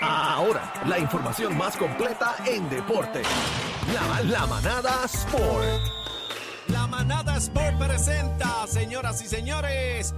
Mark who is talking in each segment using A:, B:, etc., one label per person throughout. A: Ahora, la información más completa en deporte. La, la manada Sport.
B: La Manada Sport presenta, señoras y señores,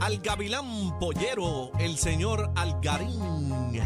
B: al Gavilán Pollero, el señor Algarín,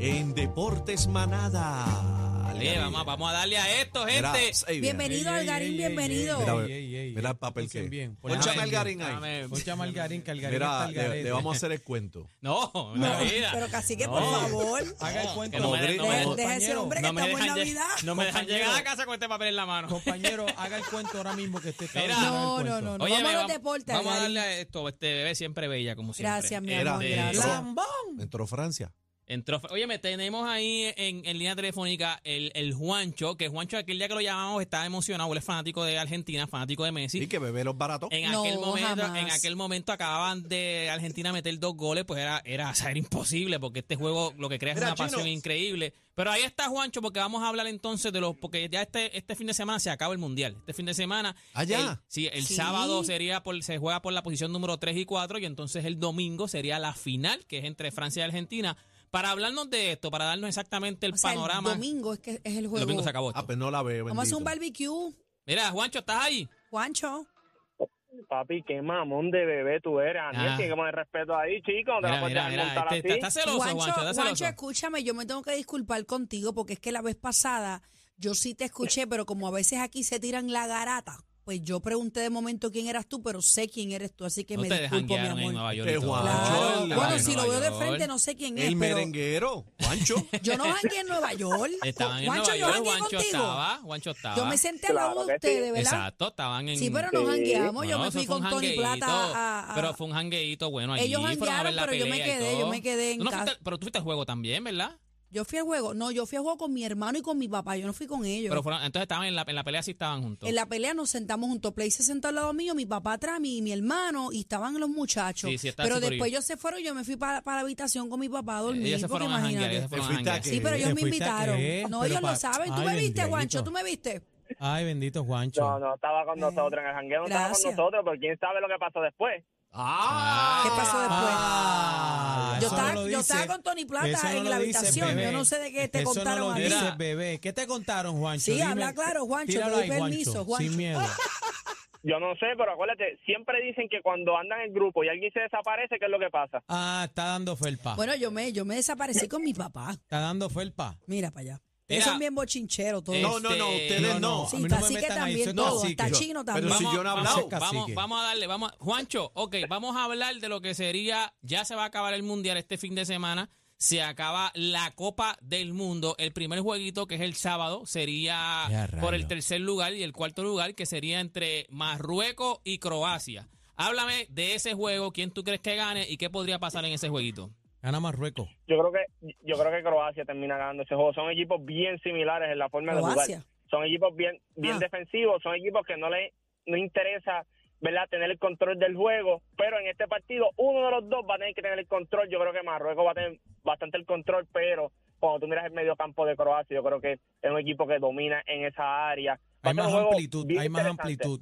B: en Deportes Manada.
C: Dale, vamos, vamos a darle a esto,
B: Mira,
C: gente.
B: ey, mira,
D: Bienvenido, Algarín, bienvenido.
B: Mira,
E: Ey, ey, ey.
B: mira el papel que.
E: Escuchen bien, por
B: Ponchame
E: favor.
B: Algarín ahí.
C: Dame-
E: Escucha al Garín, que Algarín está
B: Mira,
E: al
B: le,
E: garete.
B: le vamos a hacer el cuento.
C: No, la vida.
D: Pero casi que por
C: No.
D: favor.
E: Haga el cuento.
C: Que no me
E: Deje-
C: den- no me den-
E: deje ese hombre.
D: que estamos en
C: dejan lle-
D: Navidad.
C: no me dejan
E: Compañero.
C: llegar a casa con este papel en la mano.
E: Compañero, haga el cuento ahora mismo que usted está
C: Mira.
E: haciendo
D: No,
E: el
D: no,
E: cuento.
D: no, no.
C: Óyeme,
D: vamos a los
C: vam-
D: deportes.
C: vamos a
D: Algarín.
C: darle a esto. Este bebé siempre bella, como siempre. Este,
D: Gracias, mi
B: Era
D: amor.
B: de-
D: Gracias.
E: ¡Lambón!
B: Entró Francia.
C: Entró, óyeme, tenemos ahí en, en línea telefónica el, el Juancho, que Juancho aquel día que lo llamamos estaba emocionado, él es fanático de Argentina, fanático de Messi.
B: Y que bebé los baratos.
C: En
D: No,
C: aquel momento,
D: jamás.
C: en aquel momento acababan de Argentina meter dos goles, pues era, era, o sea, era imposible, porque este juego lo que crea es
B: Mira,
C: una
B: Chino.
C: pasión increíble. Pero ahí está Juancho, porque vamos a hablar entonces de los, porque ya este, este fin de semana se acaba el mundial. Este fin de semana.
B: Ah, ya.
C: el- sí, el
D: Sí.
C: sábado sería por, se juega por la posición número 3 y 4, y entonces el domingo sería la final, que es entre Francia y Argentina. Para hablarnos de esto, para darnos exactamente el
D: O sea,
C: panorama.
D: El domingo es que es el
C: el
D: juego.
C: domingo se acabó
B: Ah,
C: esto.
B: pues no la veo.
D: Vamos a hacer un
B: bendito.
D: barbecue.
C: Mira, Juancho, ¿estás ahí?
D: Juancho.
F: Papi, qué mamón de bebé tú eres, Aniel.
C: Ah.
F: Tienes que poner respeto ahí, chico. No te vas
C: Mira,
F: a
C: mira,
F: poder
C: mira,
F: montar
C: este-
F: así.
C: estás celoso, Juancho, estás
D: Juancho,
C: celoso.
D: escúchame, yo me tengo que disculpar contigo porque es que la vez pasada yo sí te escuché, pero como a veces aquí se tiran la garata, pues yo pregunté de momento quién eras tú, pero sé quién eres tú, así que me
C: Ustedes
D: disculpo, mi
C: janguearon en Nueva
D: amor.
C: York. y
B: Que
C: todo.
B: Juancho,
D: Claro.
B: el-
D: Bueno,
B: en
D: si lo
C: Nueva
D: veo de
C: York.
D: frente no sé quién es,
B: El
D: pero
B: merenguero, Juancho.
D: yo no jangué en Nueva York.
C: Estaban en
D: Juancho,
C: Nueva
D: yo
C: York,
D: jangué
C: Juancho
D: contigo.
C: estaba, Juancho estaba.
D: Yo me senté al lado
F: Ah, Claro
D: de
F: que sí.
D: ustedes, ¿verdad?
C: Exacto, estaban en...
D: Sí, pero nos jangueamos, yo
C: No,
D: me
C: eso
D: fui
C: fue un
D: con Tony
C: jangueíto,
D: Plata a, a-
C: Pero fue un jangueíto bueno allí.
D: Ellos
C: fueron a ver
D: janguearon,
C: la
D: pero yo me
C: pelea y
D: quedé, yo
C: todo.
D: me quedé en
C: Tú no fuiste-
D: casa.
C: pero tuviste el juego también, ¿verdad?
D: Yo fui al juego, no, yo fui al juego con mi hermano y con mi papá, yo no fui con ellos.
C: Pero fueron, entonces estaban en la, en la pelea, sí estaban juntos.
D: En la pelea nos sentamos juntos. Play se sentó al lado mío, mi papá atrás, mi, mi hermano, y estaban los muchachos.
C: Sí, sí, está
D: pero
C: súper
D: después
C: bien.
D: ellos se fueron, yo me fui para, para la habitación con mi papá a dormir.
C: ellos se
D: porque
C: fueron a janguear,
D: imagínate.
C: ellos se fueron a
B: Te fuiste a
C: janguear.
B: que-
D: Sí, pero
E: ¿Te
D: ellos me
E: fuiste a
D: invitaron.
E: qué?
D: No,
E: Pero
D: ellos
E: pa-
D: lo saben. ¿Tú
E: Ay,
D: me viste,
E: bendito.
D: Juancho? ¿Tú me viste?
E: Ay, bendito Juancho.
F: No, no estaba con nosotros en el jangueo, no
D: Gracias.
F: estaba con nosotros, pero quién sabe lo que pasó después.
B: Ah,
D: ¿Qué pasó después?
E: Ah,
D: Yo
E: eso
D: estaba-
E: no lo
D: yo estaba
E: dice.
D: con Tony Plata
E: Eso no
D: en
E: lo
D: la
E: dice,
D: habitación.
E: bebé.
D: Yo no sé de qué te
E: Eso
D: contaron
E: no lo
D: ahí.
E: dices,
C: Mira.
E: bebé. ¿Qué te contaron, Juancho?
D: Sí,
E: Dime-
D: habla claro, Juancho,
E: Tíralo
D: te doy
E: ahí,
D: permiso, Juancho.
E: Sin miedo.
F: Yo no sé, pero acuérdate, siempre dicen que cuando andan en grupo y alguien se desaparece, ¿qué es lo que pasa?
E: Ah, está dando felpa.
D: Bueno, yo me, yo me desaparecí con mi papá.
E: Está dando felpa.
D: Mira para allá.
C: Mira.
D: Ustedes son bien bochincheros todos.
B: No, no, no,
C: Este,
B: ustedes no.
D: Sí,
E: a mí no me
D: cacique
E: metan ahí,
D: también,
E: soy
D: todo,
E: cacique.
D: hasta chino también.
B: Pero si yo no he
C: vamos,
B: hablado.
E: cacique.
C: vamos, vamos a darle, vamos. a- Juancho, ok, vamos a hablar de lo que sería, ya se va a acabar el Mundial este fin de semana, se acaba la Copa del Mundo, el primer jueguito que es el sábado
E: Ya,
C: sería
E: rayos.
C: por el tercer lugar y el cuarto lugar que sería entre Marruecos y Croacia. Háblame de ese juego, quién tú crees que gane y qué podría pasar en ese jueguito.
E: Gana Marruecos.
F: Yo creo que yo creo que Croacia termina ganando ese juego. Son equipos bien similares en la forma de jugar.
D: Croacia.
F: Son equipos bien bien
D: Ah.
F: defensivos, son equipos que no le no interesa ¿verdad? tener el control del juego, pero en este partido uno de los dos va a tener que tener el control. Yo creo que Marruecos va a tener bastante el control, pero cuando tú miras el mediocampo de Croacia, yo creo que es un equipo que domina en esa área. Va a
E: Hay
F: ser un
E: más
F: juego
E: amplitud,
F: bien
E: hay más
F: interesante.
E: amplitud.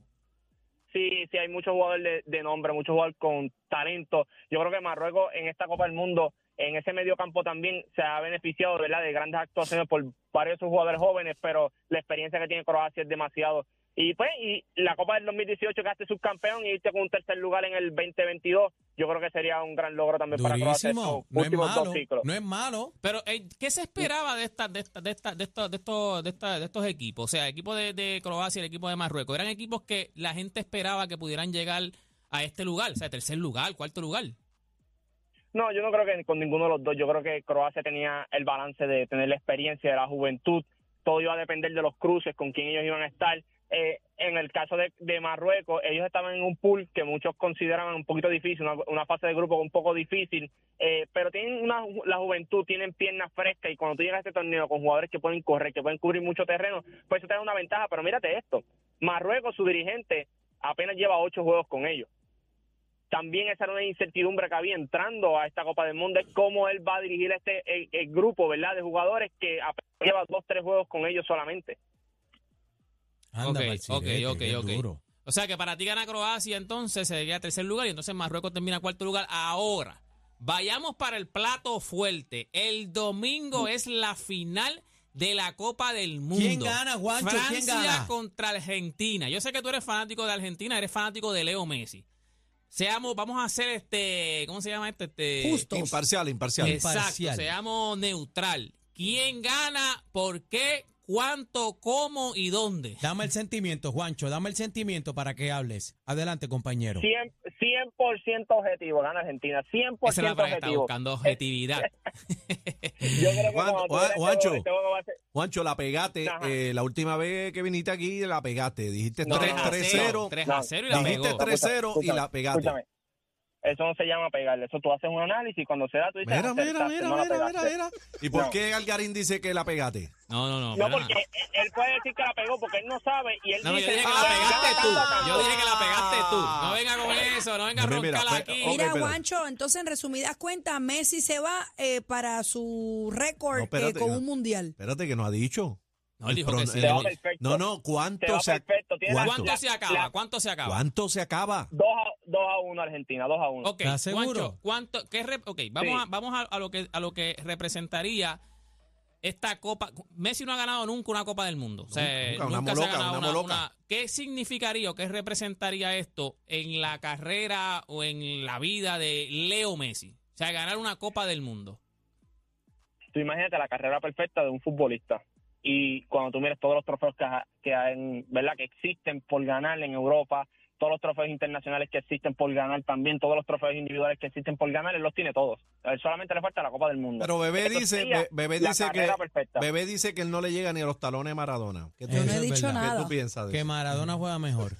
F: Sí, sí, hay muchos jugadores de, de nombre, muchos jugadores con talento. Yo creo que Marruecos en esta Copa del Mundo, en ese medio campo también se ha beneficiado ¿verdad? de grandes actuaciones por varios de sus jugadores jóvenes, pero la experiencia que tiene Croacia es demasiado. Y pues, y la Copa del 2018 quedaste subcampeón y irte con un tercer lugar en el 2022, yo creo que sería un gran logro también para Croacia. estos
E: Durísimo. No es
F: últimos
E: malo.
F: dos ciclos.
E: No es malo.
C: Pero, eh, ¿qué se esperaba de esta, de esta, de esta, de estos, de estos, de esta- de estos equipos? O sea, el equipo de, de Croacia y el equipo de Marruecos. Eran equipos que la gente esperaba que pudieran llegar a este lugar, o sea, tercer lugar, cuarto lugar.
F: No, yo no creo que con ninguno de los dos. Yo creo que Croacia tenía el balance de tener la experiencia de la juventud. Todo iba a depender de los cruces, con quién ellos iban a estar. Eh, en el caso de, de Marruecos, ellos estaban en un pool que muchos consideraban un poquito difícil, una, una fase de grupo un poco difícil, eh, pero tienen una, ju- la juventud, tienen piernas frescas y cuando tú llegas a este torneo con jugadores que pueden correr, que pueden cubrir mucho terreno, pues eso te da una ventaja. Pero mírate esto, Marruecos, su dirigente, apenas lleva ocho juegos con ellos también esa era una incertidumbre que había entrando a esta Copa del Mundo, es cómo él va a dirigir este el, el grupo, ¿verdad? De jugadores que apenas lleva dos, tres juegos con ellos solamente.
E: Anda,
C: Ok,
E: Marcilete,
C: ok, ok,
E: qué
C: ok.
E: duro.
C: O sea, que para ti gana Croacia, entonces sería tercer lugar y entonces Marruecos termina cuarto lugar ahora. Vayamos para el plato fuerte. El domingo es la final de la Copa del Mundo.
E: ¿Quién gana, Juancho?
C: Francia
E: ¿Quién gana?
C: contra Argentina. Yo sé que tú eres fanático de Argentina, eres fanático de Leo Messi. Seamos, vamos a hacer este, ¿cómo se llama este? este
D: Justos.
B: Imparcial, imparcial.
C: Exacto,
E: Imparcial.
C: seamos neutral. ¿Quién gana? ¿Por qué? ¿Cuánto? ¿Cómo? ¿Y dónde?
E: Dame el sentimiento, Juancho, dame el sentimiento para que hables. Adelante, compañero.
F: 100%, 100% objetivo, gana Argentina, 100%
C: Esa es la palabra que está
F: objetivo.
C: buscando objetividad.
F: Yo creo que
B: Juan-
F: cuando tú
B: Juan-
F: eres este
B: Juancho.
F: joven, tengo que base-
B: Juancho, la pegaste.
F: Ajá.
B: eh, la última vez que viniste aquí, la pegaste. Dijiste
F: No,
B: 3
C: 3 a
B: 3-0.
C: 0. 3
F: No,
C: a 0 y la
B: dijiste
C: pegó.
B: tres- 3-0 y
F: Escúchame,
B: la pegaste.
F: escúchame. Eso no se llama pegarle, eso tú haces un análisis cuando se da tú dices,
B: Mira, mira,
F: "Acertaste,
B: mira,
F: no la
B: mira, mira,
F: pegaste".
B: mira. ¿Y por
F: No.
B: qué Algarín dice que la pegaste?
C: No, no, no.
F: No,
C: para
F: porque
C: nada.
F: él puede decir que la pegó porque él no sabe y él
C: No, yo
F: dice,
C: dije que
F: "Ah,
C: la pegaste tú. Yo dije que la pegaste tú.
B: Ah.
C: No venga con eso, no venga a
B: Mira, mira,
C: roncar
B: pe-
C: aquí.
B: Ok,
D: Mira,
B: espérate.
D: Juancho, entonces en resumidas cuentas, Messi se va eh, para su récord
B: No, espérate,
D: eh, con
B: no.
D: un mundial.
B: Espérate, que no ha dicho.
C: No, él dijo
B: Pero-
C: que sí.
B: eh,
F: Te va
B: no-
F: perfecto.
B: No, no,
F: Te
B: ¿cuánto
F: va
B: se, ac-
F: perfecto, tienes
B: cuánto?
C: ¿Cuánto se acaba?
F: la-
C: ¿Cuánto se acaba?
B: ¿Cuánto se acaba?
F: 2 a, 2 a 1 Argentina, 2 a 1.
C: Ok,
E: ¿Estás seguro?
C: Juancho, ¿cuánto, qué rep- ok, vamos,
F: Sí.
C: a, vamos a, a lo que, a lo que representaría esta Copa. Messi no ha ganado nunca una Copa del Mundo. O sea,
B: Nunca, una
C: nunca, se ha
B: moloca,
C: ganado
B: una
C: una,
B: moloca.
C: una- ¿Qué significaría o qué representaría esto en la carrera o en la vida de Leo Messi? O sea, ganar una Copa del Mundo.
F: Tú imagínate la carrera perfecta de un futbolista. Y cuando tú miras todos los trofeos que, ha- que, hay en- ¿verdad? que existen por ganar en Europa, todos los trofeos internacionales que existen por ganar también, todos los trofeos individuales que existen por ganar, él los tiene todos. A él solamente le falta la Copa del Mundo.
B: Pero Bebé
F: Eso
B: dice,
F: sería
B: Be- Bebé
F: la
B: dice que
F: carrera perfecta.
B: Bebé dice que él no le llega ni a los talones a Maradona. ¿Qué tú,
D: Yo no
E: Eso
D: he
E: es
D: dicho
E: verdad.
B: qué
D: nada.
B: tú piensas de
E: Que
B: eso?
E: Maradona juega mejor.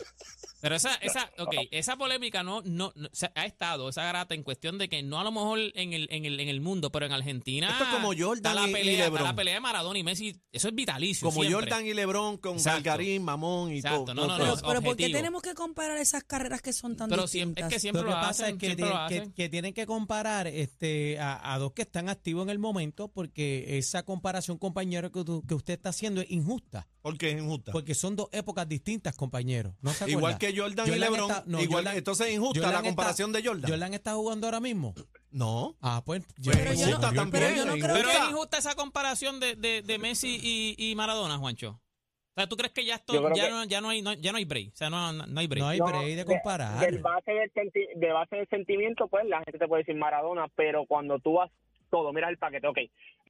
C: Pero esa, esa, ok, esa polémica no, no, no- se- ha estado, esa garata, en cuestión de que no a lo mejor en el, en el, en el mundo, pero en Argentina.
B: Esto es como Jordan
C: está
B: y- y
C: la pelea, está la
B: LeBron.
C: pelea de Maradona y Messi. Eso es vitalicio.
B: Como
C: siempre.
B: Jordan y LeBron con
C: Exacto.
B: Algarín, Mamón y
C: Exacto,
B: todo.
C: no, no,
D: Pero,
C: no.
D: pero ¿por qué
C: objetivo.
D: tenemos que comparar esas carreras que son tan
C: Pero siempre,
D: distintas?
C: es que siempre
E: lo que
C: lo
E: pasa
C: hacen,
E: es que,
C: siempre
E: tienen-
C: lo
E: que-
C: hacen.
E: que tienen que comparar este, a, a dos que están activos en el momento porque esa comparación, compañero, que, tú- que usted está haciendo es injusta.
B: Porque es injusta.
E: Porque son dos épocas distintas, compañero. ¿No se acuerda?
B: igual que Jordan, y
E: Jordan
B: LeBron.
E: está- no,
B: igual,
E: Jordan-
B: entonces es injusta
E: Jordan
B: la comparación
E: está-
B: de Jordan.
E: Jordan está jugando ahora mismo.
B: No.
E: Ah, pues.
B: Pues
D: Pero yo no-
B: injusta
D: pero
B: también.
D: yo no
B: es
D: creo
C: Pero
B: injusta.
C: es injusta esa comparación de, de, de Messi y, y Maradona, Juancho. O sea, ¿tú crees que ya esto,
F: Yo creo
C: ya,
F: que-
C: no, ya no hay, no, ya no hay break? O sea, no, no- no hay break.
E: No hay
F: No,
E: break de
F: de-
E: comparar.
F: del base del, senti- de base del sentimiento, pues la gente te puede decir Maradona, pero cuando tú vas todo, mira el paquete, ok.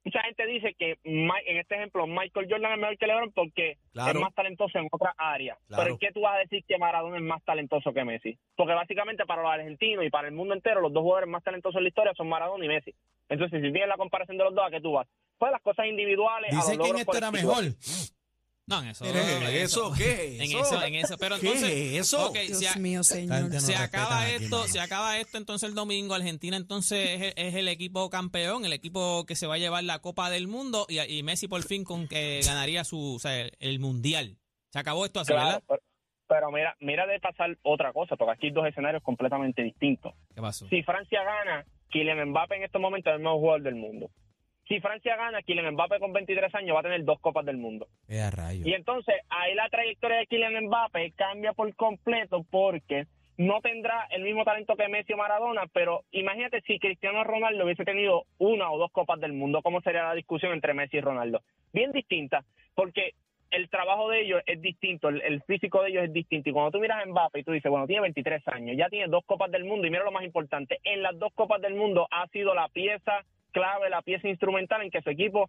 F: Mucha gente dice que, Ma- en este ejemplo, Michael Jordan es mejor que LeBron porque
B: Claro.
F: es más talentoso en otra área.
B: Claro.
F: Pero es que tú vas a decir que Maradona es más talentoso que Messi. Porque básicamente para los argentinos y para el mundo entero, los dos jugadores más talentosos en la historia son Maradona y Messi. Entonces, si tienes la comparación de los dos, ¿a qué tú vas? Pues las cosas individuales. a
E: Dice
F: los
E: que en
F: logros
E: esto era
F: colectivos.
E: mejor.
C: No, en eso.
B: ¿Qué es
C: en
B: eso? ¿Qué es
C: En
B: eso?
C: eso, en eso. Pero
B: ¿Qué
C: entonces.
B: es eso?
C: ok,
D: Dios
C: si a-
D: mío, señor.
E: Gente, no
C: se
E: respetan
C: acaba
E: aquí,
C: esto,
E: mano.
C: se acaba esto entonces el domingo. Argentina entonces es, es el equipo campeón, el equipo que se va a llevar la Copa del Mundo y, y Messi por fin con que ganaría su, o sea, el mundial. Se acabó esto así,
F: Claro,
C: ¿verdad?
F: pero, pero mira, mira de pasar otra cosa, porque aquí hay dos escenarios completamente distintos.
C: ¿Qué pasó?
F: Si Francia gana, Kylian Mbappé en estos momentos es el mejor jugador del mundo. Si Francia gana, Kylian Mbappé con 23 años va a tener dos copas del mundo.
E: Eh, a rayos.
F: Y entonces ahí la trayectoria de Kylian Mbappé cambia por completo porque no tendrá el mismo talento que Messi o Maradona, pero imagínate si Cristiano Ronaldo hubiese tenido una o dos copas del mundo, ¿cómo sería la discusión entre Messi y Ronaldo? Bien distinta, porque el trabajo de ellos es distinto, el, el físico de ellos es distinto. Y cuando tú miras a Mbappé y tú dices, bueno, tiene 23 años, ya tiene dos copas del mundo, y mira lo más importante, en las dos copas del mundo ha sido la pieza clave, la pieza instrumental en que su equipo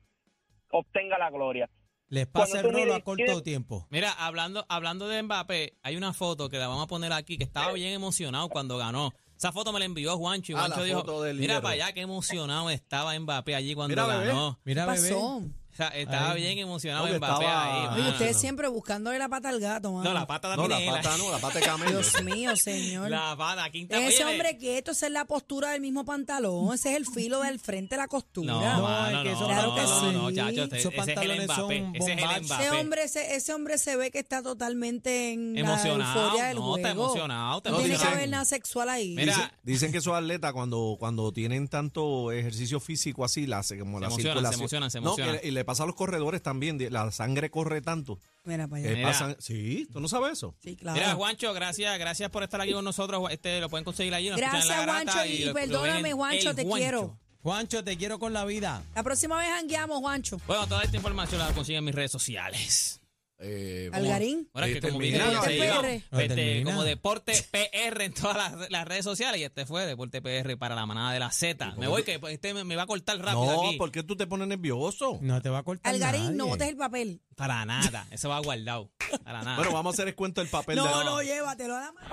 F: obtenga la gloria.
E: Les pasa el
F: cuando tú
E: rolo a
F: miras-
E: corto tiempo.
C: Mira, hablando, hablando de Mbappé, hay una foto que la vamos a poner aquí que estaba bien emocionado cuando ganó. Esa foto me la envió Juancho y
B: Ah, la
C: Juancho dijo,
B: foto del
C: mira
B: hierro".
C: para allá qué emocionado estaba Mbappé allí cuando
B: Mira, bebé.
C: ganó.
E: Mira, bebé.
D: pasó?
C: O sea, estaba
E: Ahí.
C: bien emocionado
B: Oye,
C: Mbappé
B: estaba-
C: ahí.
B: Oye,
D: Oye,
C: mano.
D: ustedes siempre buscándole la pata al gato, mano.
C: Ah, No, la pata
B: No,
C: también
B: la
C: es la-
B: pata no, la pata de camello.
D: Dios mío, señor.
C: La pata, quinta
D: Deje ese
C: oye,
D: hombre quieto, esa es la postura del mismo pantalón, ese es el filo del frente de la costura.
C: No,
E: No,
C: mano,
E: es que
C: no,
E: esos
C: no,
D: pantalones-
C: no, no, chacho,
E: esos
C: ese es el
E: pantalones
C: Mbappé,
E: son
C: ese es el
E: bombachos.
C: Mbappé.
D: Ese hombre, se, ese hombre se ve que está totalmente en la
C: emocionado,
D: euforia del
C: no,
D: juego.
C: está emocionado, está
D: no tiene que
C: emocionado.
D: haber nada sexual ahí.
C: Mira,
B: Dice- dicen que esos atletas cuando, cuando tienen tanto ejercicio físico así, la hace como
C: Se
B: la
C: emocionan, se
B: circulación.
C: emocionan, se
B: No, que
C: emocionan.
B: le- y le pasa a los corredores también. de- La sangre corre tanto.
D: Mira para
B: que
D: allá.
C: Mira.
B: pasan- sí, tú no sabes eso.
D: Sí, claro.
C: Eh, Mira, Juancho, gracias, gracias por estar aquí con nosotros. Ju- Este lo pueden conseguir allí. nos
D: Gracias,
C: escuchan en La Garata
D: Juancho, y
C: lo- lo ven en
D: perdóname,
C: El
D: Juancho, te quiero.
E: Juancho, te quiero con la vida.
D: La próxima vez jangueamos, Juancho.
C: Bueno, toda esta información la consiguen en mis redes sociales.
A: Eh, vamos a-
D: Algarín.
C: Ahora es
A: Ahí
C: que como
A: termina.
C: Miguel
D: Deporte
C: se llama,
D: PR.
E: Ahí
C: este,
E: termina.
C: como Deporte PR en todas las, las redes sociales. Y este fue Deporte PR para la manada de la Z. Me voy, que pues, este me, me va a cortar rápido
B: No,
C: aquí.
B: ¿por qué tú te pones nervioso?
E: No te va a cortar nadie.
D: Algarín, no botes el papel.
C: Para nada. Eso va guardado. Para nada.
B: Bueno, vamos a hacer el cuento del papel de
D: No, no, llévatelo a la mano.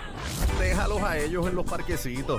A: Déjalos a ellos en los parquecitos.